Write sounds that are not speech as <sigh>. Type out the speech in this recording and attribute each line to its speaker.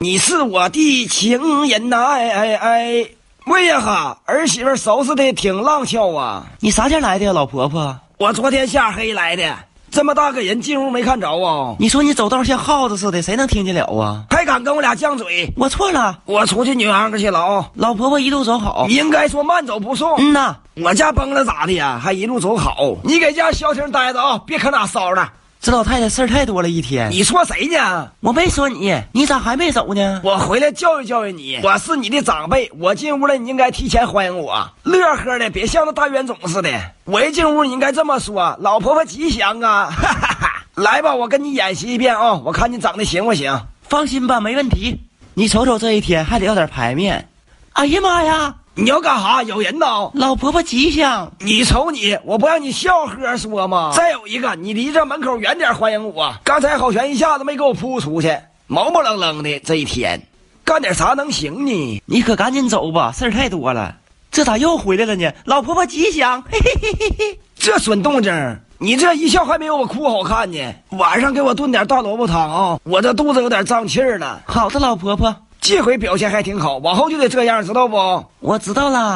Speaker 1: 你是我的情人呐、哎哎哎！喂呀哈，儿媳妇收拾的挺浪俏啊。
Speaker 2: 你啥天来的呀，老婆婆？
Speaker 1: 我昨天下黑来的，这么大个人进屋没看着啊？
Speaker 2: 你说你走道像耗子似的，谁能听见了啊？
Speaker 1: 还敢跟我俩犟嘴？
Speaker 2: 我错了，
Speaker 1: 我出去女行去了啊！
Speaker 2: 老婆婆一路走好
Speaker 1: 你。应该说慢走不送。
Speaker 2: 嗯呐，
Speaker 1: 我家崩了咋的呀？还一路走好？你给家消停待着啊，别可哪骚了。
Speaker 2: 这老太太事儿太多了，一天。
Speaker 1: 你说谁呢？
Speaker 2: 我没说你，你咋还没走呢？
Speaker 1: 我回来教育教育你，我是你的长辈，我进屋了，你应该提前欢迎我，乐呵的，别像那大冤种似的。我一进屋，你应该这么说：“老婆婆吉祥啊！” <laughs> 哈哈哈，来吧，我跟你演习一遍啊、我看你长得行不行？
Speaker 2: 放心吧，没问题。你瞅瞅这一天，还得要点牌面。哎呀妈呀，
Speaker 1: 你要干啥？有人呢？
Speaker 2: 老婆婆吉祥！
Speaker 1: 你瞅你，我不让你笑呵说吗？再有一个，你离这门口远点欢迎我。刚才好悬一下子没给我扑出去，毛毛愣愣的这一天，干点啥能行呢？
Speaker 2: 你可赶紧走吧，事儿太多了。这咋又回来了呢？老婆婆吉祥！嘿嘿嘿嘿嘿。
Speaker 1: 这损动静儿，你这一笑还没有我哭好看呢。晚上给我炖点大萝卜汤啊、我这肚子有点胀气儿了。
Speaker 2: 好的，老婆婆，
Speaker 1: 这回表现还挺好，往后就得这样，知道不？
Speaker 2: 我知道啦。